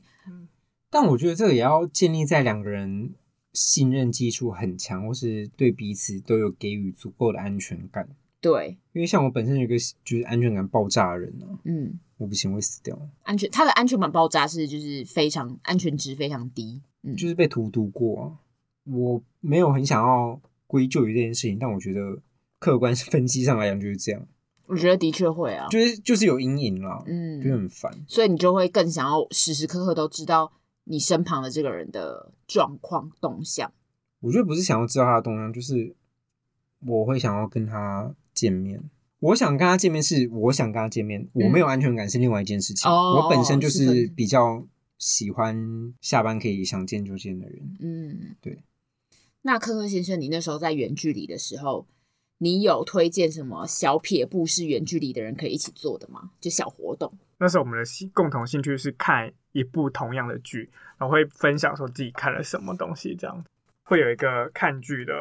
S1: 但我觉得这个也要建立在两个人信任基础很强，或是对彼此都有给予足够的安全感。
S2: 对，
S1: 因为像我本身有一个就是安全感爆炸的人啊，
S2: 嗯。
S1: 我不行会死掉，
S2: 安全，它的安全感爆炸是就是非常安全值非常低，嗯，
S1: 就是被荼毒过、啊。我没有很想要归咎于这件事情，但我觉得客观 分析上来讲就是这样，
S2: 我觉得的确会啊，
S1: 就是就是有阴影啦，就
S2: 嗯，
S1: 很烦。
S2: 所以你就会更想要时时刻刻都知道你身旁的这个人的状况动向，
S1: 我觉得不是想要知道他的动向，就是我会想要跟他见面。我想跟他见面是我想跟他见面，我没有安全感是另外一件事情。
S2: 嗯哦
S1: 我本身就是
S2: 分
S1: 是
S2: 开
S1: 比较喜欢下班可以想见就见的人。
S2: 嗯，
S1: 对。
S2: 那科科先生，你那时候在远距离的时候，你有推荐什么小撇步是远距离的人可以一起做的吗？就小活动？
S4: 那时候我们的兴共同兴趣是看一部同样的剧，然后会分享说自己看了什么东西，这样会有一个看剧的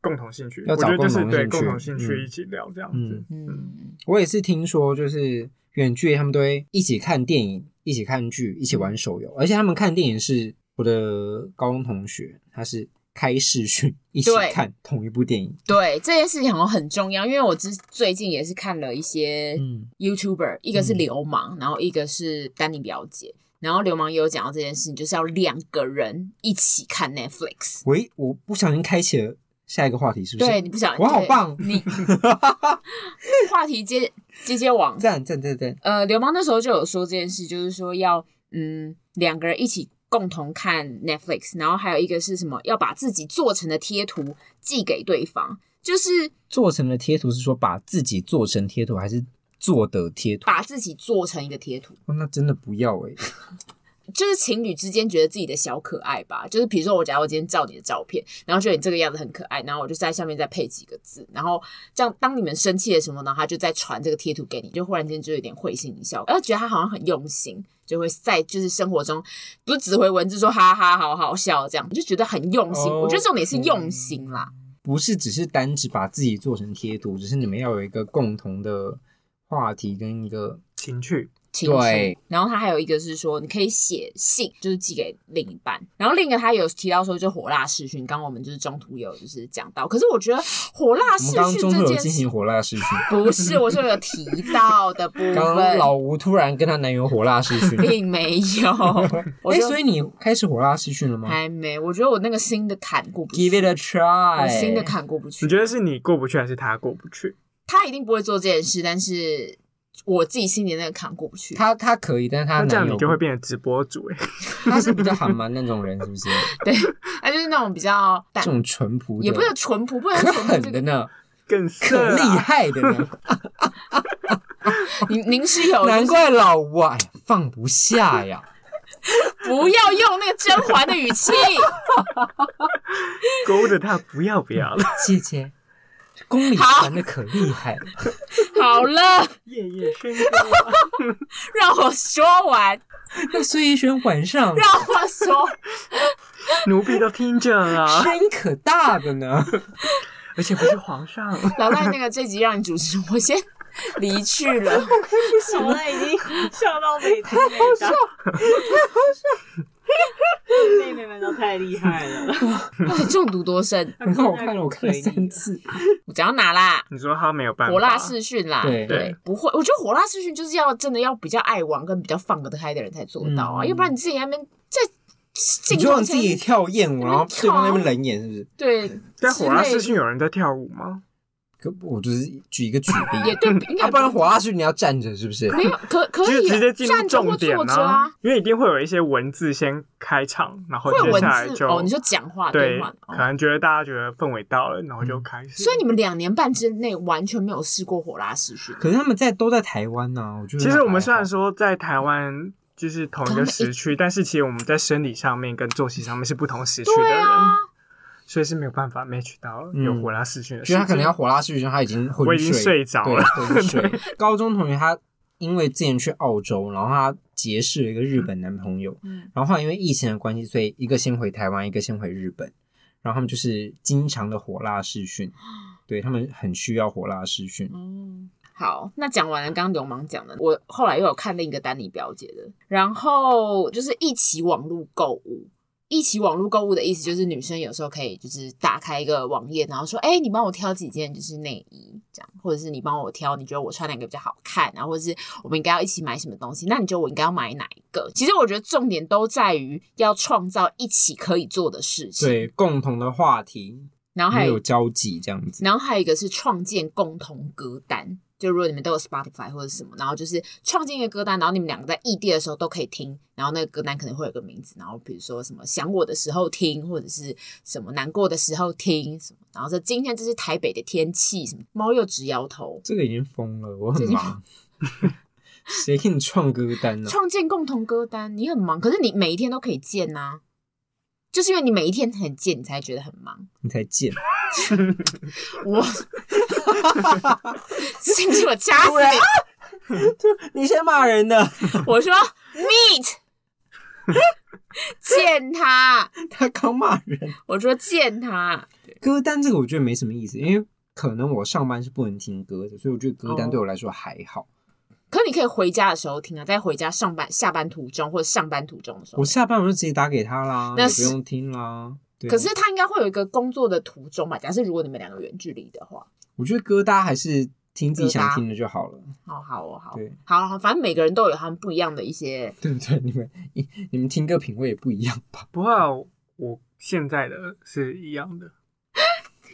S4: 共同兴趣。
S1: 要
S4: 我
S1: 找
S4: 觉得就是
S1: 共同
S4: 对
S1: 兴趣
S4: 共同兴趣
S1: 嗯
S4: 一起聊这样子
S1: 嗯。
S2: 嗯，
S1: 我也是听说，就是远距离他们都会一起看电影、一起看剧、一起
S2: 嗯
S1: 玩手游，而且他们看电影是我的高中同学，他是开视讯一起
S2: 对
S1: 看同一部电影。
S2: 对，这件事情好像很重要，因为我之最近也是看了一些
S1: 嗯，
S2: YouTuber，一个是
S1: 嗯
S2: 流氓，然后一个是丹尼表姐。然后流氓也有讲到这件事情，就是要两个人一起看 Netflix。
S1: 喂，我不小心开启了下一个话题，是不是？
S2: 对，你不想
S1: 我好
S2: 对
S1: 棒
S2: 你话题接接接网
S1: 赞赞赞赞！
S2: 呃，流氓那时候就有说这件事，就是说要嗯两个人一起共同看 Netflix，然后还有一个是什么，要把自己做成的贴图寄给对方，就是
S1: 做成的贴图是说把自己做成贴图，还是做的贴图？
S2: 把自己做成一个贴图，
S1: 哦那真的不要哎、
S2: 就是情侣之间觉得自己的小可爱吧。就是比如说，我假如我今天照你的照片，然后觉得你这个样子很可爱，然后我就在下面再配几个字，然后这样当你们生气了什么呢，他就再传这个贴图给你，就忽然间就有点会心一笑，然后觉得他好像很用心。就会在就是生活中，不是只回文字说哈哈好好笑这样，就觉得很用心。
S1: 哦
S2: 我觉得重点是用心啦，
S1: 不是只是单只把自己做成贴图，只是你们要有一个共同的话题跟一个
S4: 情趣，
S2: 情绪
S1: 对。
S2: 然后他还有一个是说，你可以写信，就是寄给另一半。然后另一个他有提到说，就火辣视讯，刚刚我们就是中途有就是讲到，可是我觉得火辣
S1: 我
S2: 视
S1: 们刚刚
S2: 讯
S1: 中途
S2: 这
S1: 有
S2: 件
S1: 进
S2: 事
S1: 行火辣视讯，
S2: 不是，我说有提到的部
S1: 刚刚
S2: 分，
S1: 老吴突然跟她男友火辣视 讯，哎、
S2: 并没有。我就、
S1: 所以你开始火辣视讯了吗
S2: 还没，我觉得我那个新的坎过不去
S1: ？Give it a
S2: 我
S1: try，
S2: 新的坎过不去。
S4: 你觉得是你过不去还是他过不去？
S2: 他一定不会做这件事，但是我自己心里的那个坎过不去。
S1: 他他可以，但是他
S4: 那这样
S1: 男友
S4: 你就会变成直播主哎、欸
S1: 他是比较喊蛮那种人，是不 是？
S2: 他就是那种比较
S1: 这
S2: 淡，
S1: 种淳朴的，
S2: 也不是淳朴，不能
S1: 可
S2: 说淳朴
S1: 狠
S2: 这
S1: 的
S2: 个。
S1: 呢，
S4: 更
S1: 可
S4: 色啊
S1: 厉
S4: 啦
S1: 害的 呢。
S2: 您您哦是 有，
S1: 难怪老吴啊，哎呀放不下 呀。
S2: 不要用那个甄嬛的语气。
S4: 勾着他不要不要了，
S1: 姐姐，宫里传的可厉害了。
S2: 好了，
S4: 夜夜笙歌。
S2: 让我说完，
S1: 那苏一璇晚上
S2: 让我说。
S4: 奴婢都听着
S2: 啊
S4: 了，
S1: 声音可大的呢。
S4: 而且不是皇上，
S2: 老赖，那个这集让你主持，我先离去了。
S3: 我那已经笑到没停没笑，妹妹们都太厉害 了，
S2: 哇中毒哎多深，
S1: 很好看，我看了三次。
S2: 我只要拿啦。
S4: 你说他没有办法，
S2: 火辣视讯啦，
S1: 对
S2: 不会，我觉得火辣视讯就是要真的要比较爱玩跟比较放得开的人才做到啊，
S1: 嗯
S2: 要不然你自己在那边在
S1: 你
S2: 镜
S1: 就
S2: 头
S1: 你自己
S2: 前
S1: 跳艳舞，
S2: 边
S1: 然后对方
S2: 跳
S1: 那边冷眼，是不是？
S2: 对
S4: 但
S2: 之
S4: 火辣
S2: 类
S4: 视讯有人在跳舞吗？
S1: 可我就是举一个举
S2: 也
S1: 例，
S2: 对，应该
S1: 啊，不然火辣是你要站着，是不是？
S2: 没有可可
S4: 就是
S2: 以
S4: 直接进入
S2: 站着
S4: 重
S2: 或
S4: 点
S2: 坐着啊，
S4: 因为一定会有一些文字先开场，然后
S2: 会有
S4: 接
S2: 文
S4: 下来
S2: 字
S4: 就
S2: 哦，你说讲话
S4: 对
S2: 话，
S4: 可
S2: 哦
S4: 能觉得大家觉得氛围到了，然后
S1: 嗯
S4: 就开始。
S2: 所以你们两年半之内完全没有试过火辣视讯，
S1: 可是他们在都在台湾呐，我觉得
S4: 其实我们
S1: 还好
S4: 虽然说在台湾就是同一
S2: 同一
S4: 个时区，但是其实我们在生理上面跟作息上面是不同时区的
S2: 对
S4: 人，
S2: 啊，
S4: 所以是没有办法 match 到
S1: 嗯
S4: 有火辣视讯的时
S1: 觉
S4: 间。
S1: 得他可能要火辣视讯，他已经昏
S4: 我已经
S1: 睡
S4: 睡着了，
S1: 对，昏睡。高中同学他因为之前去澳洲，然后他结识了一个日本男朋友，
S2: 嗯
S1: 然后后来因为疫情的关系，所以一个先回台湾，一个先回日本，然后他们就是经常的火辣视讯，对他们很需要火辣视讯。
S2: 哦，好，那讲完了刚刚流氓讲的，我后来又有看另一个丹尼表姐的，然后就是一起网络购物。一起网络购物的意思就是女生有时候可以就是打开一个网页，然后说，哎、你帮我挑几件就是内衣这样，或者是你帮我挑，你觉得我穿哪个比较好看，然后或者是我们应该要一起买什么东西，那你觉得我应该要买哪一个？其实我觉得重点都在于要创造一起可以做的事情，
S1: 对，共同的话题，
S2: 然后还
S1: 没
S2: 有
S1: 有交集这样子。
S2: 然后还有一个是创建共同歌单，就如果你们都有 Spotify 或者什么，然后就是创建一个歌单，然后你们两个在异地的时候都可以听，然后那个歌单可能会有个名字，然后比如说什么想我的时候听，或者是什么难过的时候听什么，然后说今天这是台北的天气，什么猫又直摇头，
S1: 这个已经疯了，我很忙。 谁给你创歌单呢、
S2: 创建共同歌单，你很忙，可是你每一天都可以见呐、就是因为你每一天很见，你才觉得很忙。
S1: 你才贱！
S2: 我， 请我掐死你！
S1: 你先骂人的，
S2: 我说 meet，见他，
S1: 他刚骂人。
S2: 我说见他，
S1: 歌单这个我觉得没什么意思，因为可能我上班是不能听歌的，所以我觉得歌单
S3: 哦
S1: 对我来说还好。
S2: 可你可以回家的时候听啊，在回家上班、下班途中或者上班途中的时候
S1: 我。下班我就直接打给他啦，
S2: 那
S1: 也
S2: 是
S1: 不用听啦。对啊，
S2: 可是他应该会有一个工作的途中吧？假设如果你们两个远距离的话，
S1: 我觉得歌单还是听自己
S2: 歌
S1: 想
S2: 单
S1: 听的就好了，
S2: 好好哦，好
S1: 对
S2: 好好，反正每个人都有他们不一样的一些
S1: 对不对？你们你你们听歌品味也不一样吧？
S4: 不过啊我现在的是一样的，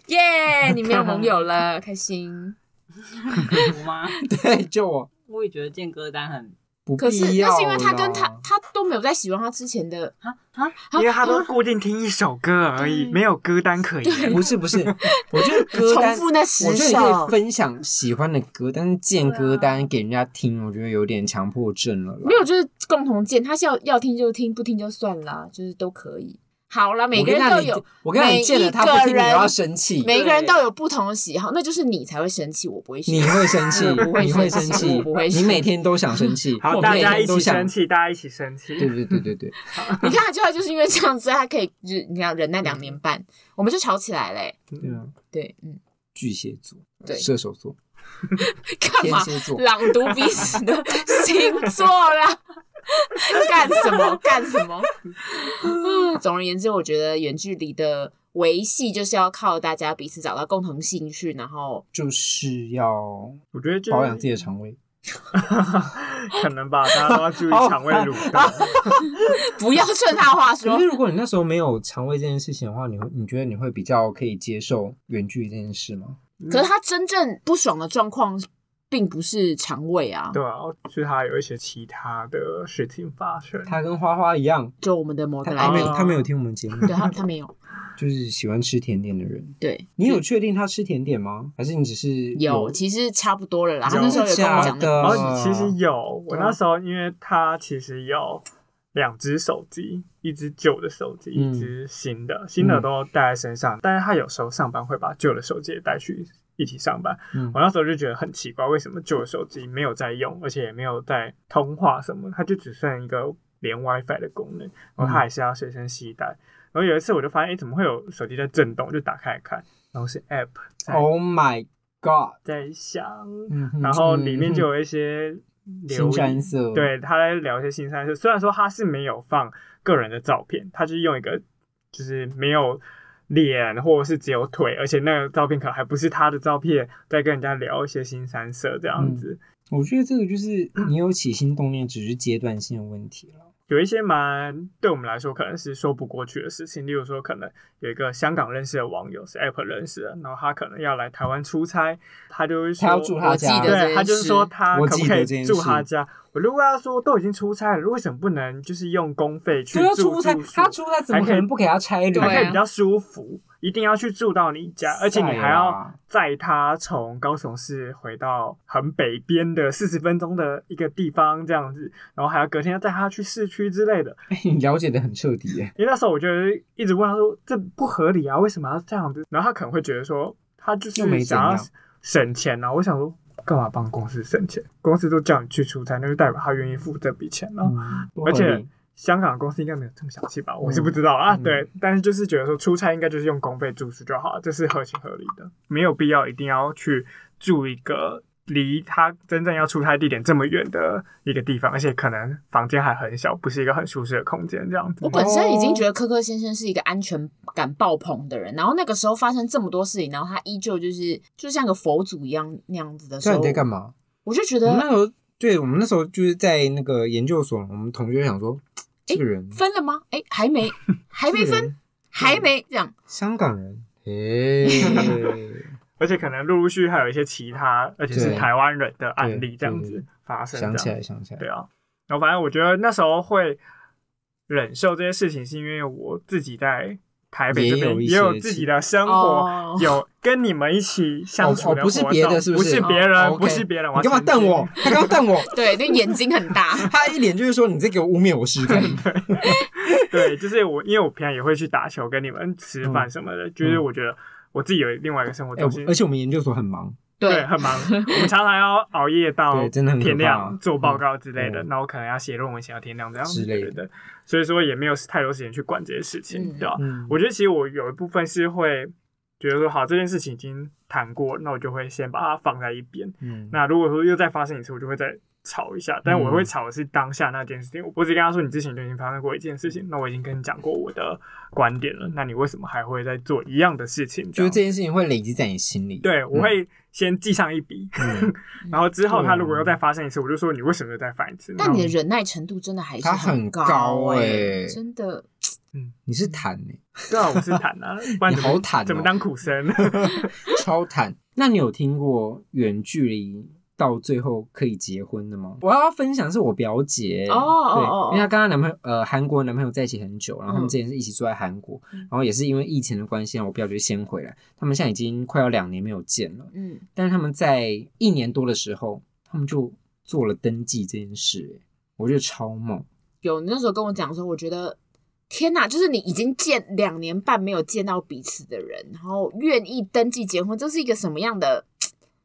S2: 耶你没有盟友了，开心。
S3: 我吗？
S1: 对，就我
S3: 我也觉得建歌单很
S1: 不
S2: 可是
S1: 必要
S2: 那
S1: 啦。
S2: 是因为他跟他他都没有在喜欢他之前的，
S3: 啊啊，
S2: 啊
S4: 因为他都固定听一首歌而已，
S2: 嗯
S3: 对
S4: 没有歌单可言。
S1: 不是不是，我觉得歌
S2: 重
S1: 单，
S2: 复那十
S1: 我觉得你可
S2: 首
S1: 以。分享喜欢的歌，但是建歌
S3: 对
S1: 单给人家听，我觉得有点强迫症了啦。
S2: 啊没有，就是共同见，他是要要听就听，不听就算啦，就是都可以。好啦，每
S1: 我
S2: 个
S1: 跟他
S2: 人都
S1: 你
S2: 有，
S1: 我跟你
S2: 每
S1: 讲，见
S2: 一
S1: 了他
S2: 个
S1: 不听，你
S2: 人
S1: 又要生气，
S2: 每个人都有不同的喜好，那就是你才会生气，我不会生
S1: 你
S2: 气。
S1: 会生气
S2: 我嗯不会，
S1: 你会
S2: 生
S1: 生
S2: 气
S1: 气
S2: 我不会，
S1: 你
S2: 生
S1: 每天都想生气，
S4: 好，
S1: 我
S4: 大
S1: 每
S4: 家一
S1: 天
S4: 起
S1: 都想
S4: 生。气，大家一起生
S1: 对
S4: 气。
S1: 对对对对，
S2: 你看，就就是因为这样子，他可以就是你看忍耐两年
S1: 嗯
S2: 半，我们就吵起来嘞、
S1: 对啊，
S2: 对， 嗯，
S1: 巨蟹座，
S2: 对
S1: 射手座，
S2: 干
S1: 天
S2: 嘛
S1: 蝎座，
S2: 朗读彼此的星座啦？ 干什么？干什 么？嗯，总而言之，我觉得远距离的维系就是要靠大家彼此找到共同兴趣，然后
S1: 就是要
S4: 我觉得就是
S1: 保养自己的肠胃。
S4: 可能吧，大家都要注意 肠胃蠕
S1: 啊
S4: 动。
S2: 不要顺他话
S1: 可
S2: 说
S1: 是。如果你那时候没有肠胃这件事情的话，你会你觉得你会比较可以接受远距离这件事吗？
S4: 嗯
S2: 可是他真正不爽的状况，并不是肠胃啊，
S4: 对啊，就是他有一些其他的事情发生。
S1: 他跟花花一样，
S2: 就我们的某
S1: 他
S2: 个
S1: 他
S2: 来
S1: 没
S2: 宾
S1: 有
S4: 哦，
S1: 他没有听我们节目，
S2: 啊对他他没有，
S1: 就是喜欢吃甜点的人。
S2: 对，
S1: 你有确定他吃甜点吗？还是你只是
S2: 有其实差不多了啦。
S1: 真
S2: 他那
S1: 的
S2: 时候有跟我
S1: 假
S2: 讲那个
S1: 的？
S4: 然后其实有，我
S1: 呃对啊
S4: 那时候因为他其实有两只手机，一只旧的手机，
S1: 嗯
S4: 一只新的，新的都带在身上。但是他有时候上班会把旧的手机也带去一起上班。
S1: 嗯
S4: 我那时候就觉得很奇怪，为什么旧的手机没有在用，而且也没有在通话什么，它就只剩一个连 WiFi 的功能，然后
S1: 嗯
S4: 它还是要随身携带。然后有一次我就发现，诶，怎么会有手机在震动？我就打开来看，然后是 App 在、
S1: ，Oh my God！
S4: 在响，
S1: 嗯哼
S4: 然后里面就
S1: 嗯
S4: 有一些
S1: 哼
S4: 留
S1: 新
S4: 言
S1: 山，色，
S4: 对，他在聊一些新三色。虽然说他是没有放个人的照片，他就是用一个就是没有脸或者是只有腿，而且那个照片可能还不是他的照片，在跟人家聊一些新三色这样子。
S1: 我觉得这个就是你有起心动念，只是阶段性的问题了。
S4: 有一些蛮对我们来说可能是说不过去的事情，例如说可能有一个香港认识的网友是 App 认识的，然后他可能要来台湾出差，他就会说
S1: 他要住他
S2: 我记
S1: 家，
S2: 得这
S4: 啊对
S2: 件
S4: 他就是
S2: 事
S4: 说他
S1: 我
S4: 可
S1: 记
S4: 不
S1: 得
S4: 可
S1: 这件
S4: 以住
S1: 事
S4: 他家？我如果要说都已经出差了，为什么不能就是用公费去
S1: 他要
S4: 住
S1: 出差
S4: 住，宿
S1: 他出差怎么可能不给他差旅？
S2: 对啊
S4: 还可以比较舒服？一定要去住到你家，而且你还要载他从高雄市回到很北边的四十分钟的一个地方这样子，然后还要隔天要载他去市区之类的。
S1: 哎 你了解的很彻底耶。
S4: 因为那时候我就一直问他说：“这不合理啊，为什么要这样子？”然后他可能会觉得说，他就
S1: 又没
S4: 是
S1: 怎
S4: 想
S1: 样
S4: 要省钱啊。我想说，干嘛帮公司省钱？公司都叫你去出差，那就代表他愿意付这笔钱了、
S1: 嗯不合
S4: 而且
S1: 理
S4: 香港公司应该没有这么小气吧？我是不知道啊。
S1: 嗯
S4: 对，但是就是觉得说出差应该就是用公费住宿就好了，这是合情合理的，没有必要一定要去住一个离他真正要出差地点这么远的一个地方，而且可能房间还很小，不是一个很舒适的空间这样子。
S2: 我本身已
S1: 哦
S2: 经觉得科科先生是一个安全感爆棚的人，然后那个时候发生这么多事情，然后他依旧就是就像个佛祖一样那样子的时
S1: 那啊
S2: 候，
S1: 你在干嘛？
S2: 我就觉
S4: 啊
S1: 我们那
S4: 嗯
S2: 得
S1: 时候，对我们那时候就是在那个研究所，我们同学想说，这个人
S2: 分了吗？哎，还没，还没
S1: 这个
S2: 分，
S1: 人
S2: 还没这样。
S1: 香港人，诶，
S4: 而且可能陆陆续续还有一些其他，而且是
S1: 对
S4: 台湾人的案
S1: 对
S4: 例这样
S1: 对
S4: 子
S1: 对
S4: 发生。
S1: 想
S4: 这
S1: 起
S4: 样
S1: 来，想起来
S4: 对，啊，然后反正我觉得那时候会忍受这些事情，是因为我自己在台北
S1: 也
S4: 这
S1: 有
S4: 边
S1: 一
S4: 也有
S1: 些
S4: 自
S1: 其
S4: 己的生活
S2: 哦，
S4: 有跟你们一起相
S1: 哦
S4: 处
S1: 哦，
S4: 的
S1: 不是
S4: 活
S1: 别的，
S4: 动
S1: 是
S4: 不
S1: 是？
S4: 别
S1: 哦
S4: 人，
S1: ，OK
S4: 不是别人，我
S1: 你
S4: 要
S1: 干嘛
S4: 澄清
S1: 瞪我？？他刚刚瞪我，
S2: 对，那眼睛很大，
S1: 他一脸就是说你在给我污蔑 我是非。
S4: 对，就是我，因为我平常也会去打球，跟你们吃饭什么的，就是我觉得我自己有另外一个生活
S1: 嗯哎
S4: 重心，
S1: 而且我们研究所很忙，
S4: 对，
S2: 对，
S4: 很忙，我们常常要熬夜到
S1: 对真的很可怕
S4: 天亮做报告之类的，
S1: 嗯
S4: 那我可能要写论文写到天亮这样
S1: 之类的
S4: 的，所以说也没有太多时间去管这些事情，
S2: 嗯
S4: 对吧？
S1: 嗯，
S4: 我觉得其实我有一部分是会觉得说，好，这件事情已经谈过，那我就会先把它放在一边。
S1: 嗯
S4: 那如果说又再发生一次，我就会再吵一下，但我会吵的是当下那件事情。我不是跟他说你之前就已经发生过一件事情，那我已经跟你讲过我的观点了，那你为什么还会再做一样的事情？
S1: 就是
S4: 这
S1: 这
S4: 样
S1: 件事情会累积在你心里。
S4: 对，我会先记上一笔，
S1: 嗯，
S4: 然后之后他如果
S1: 啊
S4: 又再发生一次，我就说你为什么又再犯一次？
S2: 但你的
S4: 那
S2: 忍耐程度真的还是
S1: 他很
S2: 高
S1: 高
S2: 欸
S1: 欸
S2: 真的。
S1: 你是坦欸
S4: 我对啊，我是坦啊，不然
S1: 你
S4: 怎么
S1: 好坦哦
S4: 怎么当苦生？
S1: 超坦。那你有听过远距离到最后可以结婚的吗？我要分享是我表姐欸
S2: 哦哦
S1: 对
S2: 哦
S1: 因为她跟她男朋友呃韩国男朋友在一起很久，然后他们
S2: 嗯
S1: 之前是一起住在韩国，
S2: 嗯
S1: 然后也是因为疫情的关系，我表姐就先回来，他们现在已经快要两年没有见了，
S2: 嗯，
S1: 但是他们在一年多的时候，他们就做了登记这件事、欸我觉得超猛。
S2: 有你那时候跟我讲的时候，我觉得天哪，就是你已经见两年半没有见到彼此的人，然后愿意登记结婚，这是一个什么样的？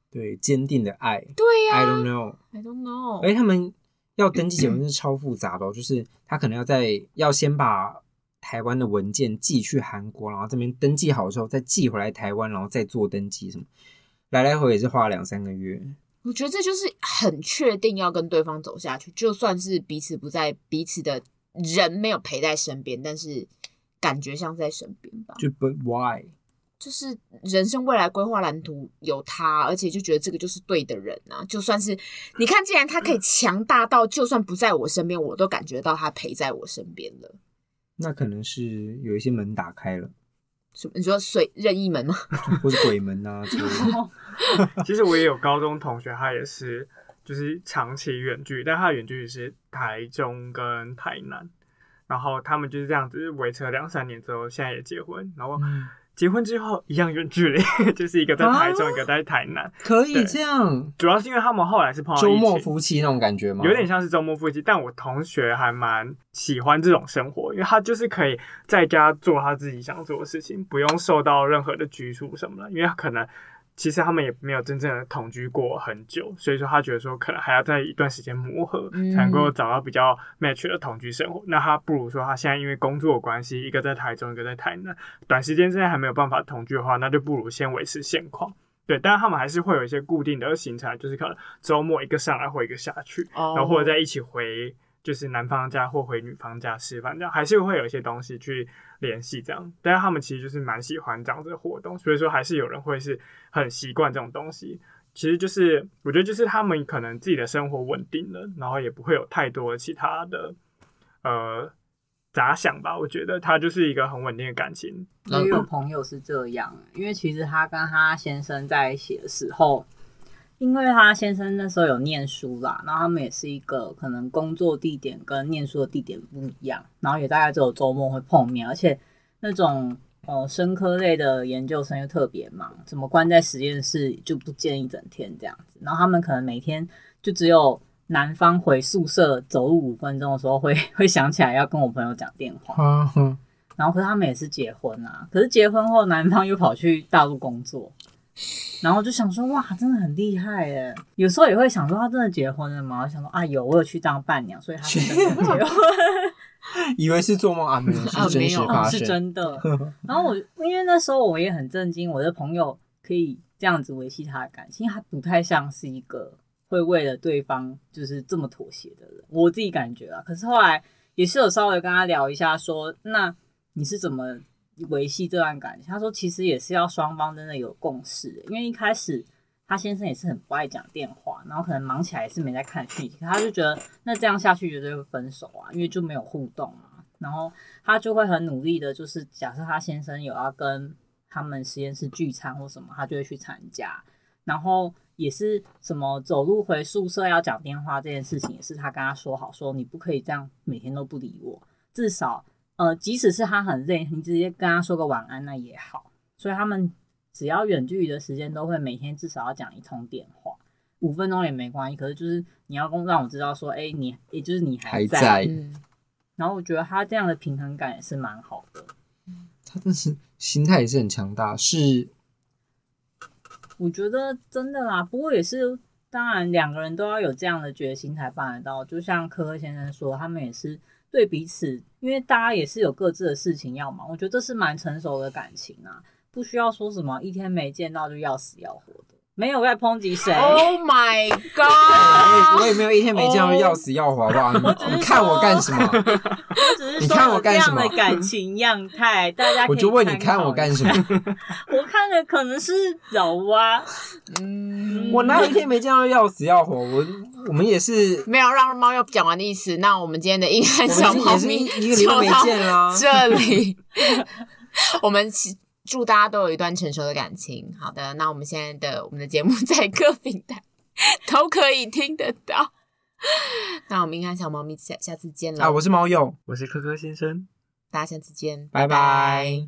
S1: 对，坚定的爱。
S2: 对呀、
S1: I don't know。
S2: i don't know，
S1: 而且他们要登记结婚是超复杂的、 哦，就是他可能要在要先把台湾的文件寄去韩国，然后这边登记好之后再寄回来台湾，然后再做登记什么，来来回也是花了两三个月。
S2: 我觉得这就是很确定要跟对方走下去，就算是彼此不在，彼此的人没有陪在身边，但是感觉像在身边吧。
S1: 就 But why？
S2: 就是人生未来规划蓝图有他，而且就觉得这个就是对的人啊。就算是你看，既然他可以强大到，就算不在我身边，我都感觉到他陪在我身边了。
S1: 那可能是有一些门打开 了，
S2: 什么？你说随任意门吗？
S1: 或者鬼门 啊之类的。
S3: 哦
S4: 其实我也有高中同学，他也是就是长期远距，但他的远距离是台中跟台南，然后他们就是这样子维持了两三年之后，现在也结婚，然后
S1: 嗯啊
S4: 结婚之后一样远距离， 就是一个在台中，一个在台南，
S1: 可以
S4: 对
S1: 这样，
S4: 主要是因为他们后来是碰到
S1: 周
S4: 疫
S1: 末
S4: 情
S1: 夫妻那种感觉吗？
S4: 有点像是周末夫妻，但我同学还蛮喜欢这种生活，因为他就是可以在家做他自己想做的事情，不用受到任何的拘束什么的。因为可能其实他们也没有真正的同居过很久，所以说他觉得说可能还要在一段时间磨合，
S2: 嗯
S4: 才能够找到比较 match 的同居生活。那他不如说他现在因为工作的关系，一个在台中，一个在台南，短时间之内还没有办法同居的话，那就不如先维持现况。对，但是他们还是会有一些固定的行程，就是可能周末一个上来或一个下去，
S2: 哦
S4: 然后或者在一起回就是男方家或回女方家吃饭，这样还是会有一些东西去联系这样。但是他们其实就是蛮喜欢这样子的活动，所以说还是有人会是很习惯这种东西。其实就是我觉得就是他们可能自己的生活稳定了，然后也不会有太多其他的呃杂想吧。我觉得他就是一个很稳定的感情，
S3: 我有
S4: 嗯
S3: 朋友是这样，因为其实她跟她先生在一起的时候，因为她先生那时候有念书啦，然后他们也是一个可能工作地点跟念书的地点不一样，然后也大概只有周末会碰面，而且那种呃生科类的研究生又特别忙，怎么关在实验室就不见一整天这样子，然后他们可能每天就只有。男方回宿舍走路五分钟的时候会会想起来要跟我朋友讲电话，
S1: 啊哈，
S3: 然后可是他们也是结婚啊，可是结婚后男方又跑去大陆工作，然后就想说哇，真的很厉害耶！有时候也会想说他真的结婚了吗？我想说啊，有我有去当伴娘，所以他是真的结婚。
S1: 以为是做梦啊，没有，
S2: 啊
S1: 是真
S2: 没
S1: 实
S2: 有
S1: 发生，
S3: 哦是真 的。然后我因为那时候我也很震惊，我的朋友可以这样子维系他的感情，因为他不太像是一个会为了对方就是这么妥协的人，我自己感觉啊。可是后来也是有稍微跟他聊一下说，那你是怎么维系这段感情？他说其实也是要双方真的有共识的，因为一开始。他先生也是很不爱讲电话，然后可能忙起来也是没在看讯息，可他就觉得那这样下去绝对会分手啊，因为就没有互动嘛。然后他就会很努力的，就是假设他先生有要跟他们实验室聚餐或什么，他就会去参加。然后也是什么走路回宿舍要讲电话这件事情，也是他跟他说好，说你不可以这样每天都不理我，至少呃，即使是他很累，你直接跟他说个晚安那也好。所以他们只要远距离的时间，都会每天至少要讲一通电话，五分钟也没关系。可是就是你要跟让我知道说，哎，你也就是你还
S1: 还
S3: 在。
S1: 在
S2: 嗯，
S3: 然后我觉得他这样的平衡感也是蛮好的。
S1: 他但是心态也是很强大，是
S3: 我觉得真的啦，不过也是，当然两个人都要有这样的决心才办得到。就像科科先生说，他们也是对彼此，因为大家也是有各自的事情要忙。我觉得这是蛮成熟的感情啊，不需要说什么一天没见到就要死要活的，没有在抨击谁。
S2: Oh my
S1: 我
S2: god！
S1: 也我也没有一天没见到要死要活，好不好？
S3: 只是
S1: 你你看我干什么？
S3: 我只是
S1: 你
S3: 说
S1: 看我
S3: 有这
S1: 干什
S3: 样的
S1: 么
S3: 感情样态，大家 可
S1: 我
S3: 以
S1: 就问你
S3: 参
S1: 看
S3: 考
S1: 我
S3: 一
S1: 干
S3: 下
S1: 什么？
S3: 我看的可能是柔啊，
S2: 嗯，
S1: 我哪有一天没见到要死要活？我我们也是，
S2: 没有让猫又讲完的意思。那我们今天的硬汉小
S1: 我
S2: 猫
S1: 们也
S2: 咪
S1: 是一一个礼拜没见 啊啦、
S2: 就到这里，我们祈祝大家都有一段成熟的感情。好的，那我们现在的我们的节目在各平台都可以听得到。那我们硬汉小猫咪下下次见了，
S1: 啊！我是猫鼬，
S4: 我是科科先生。
S2: 大家下次见，
S1: 拜拜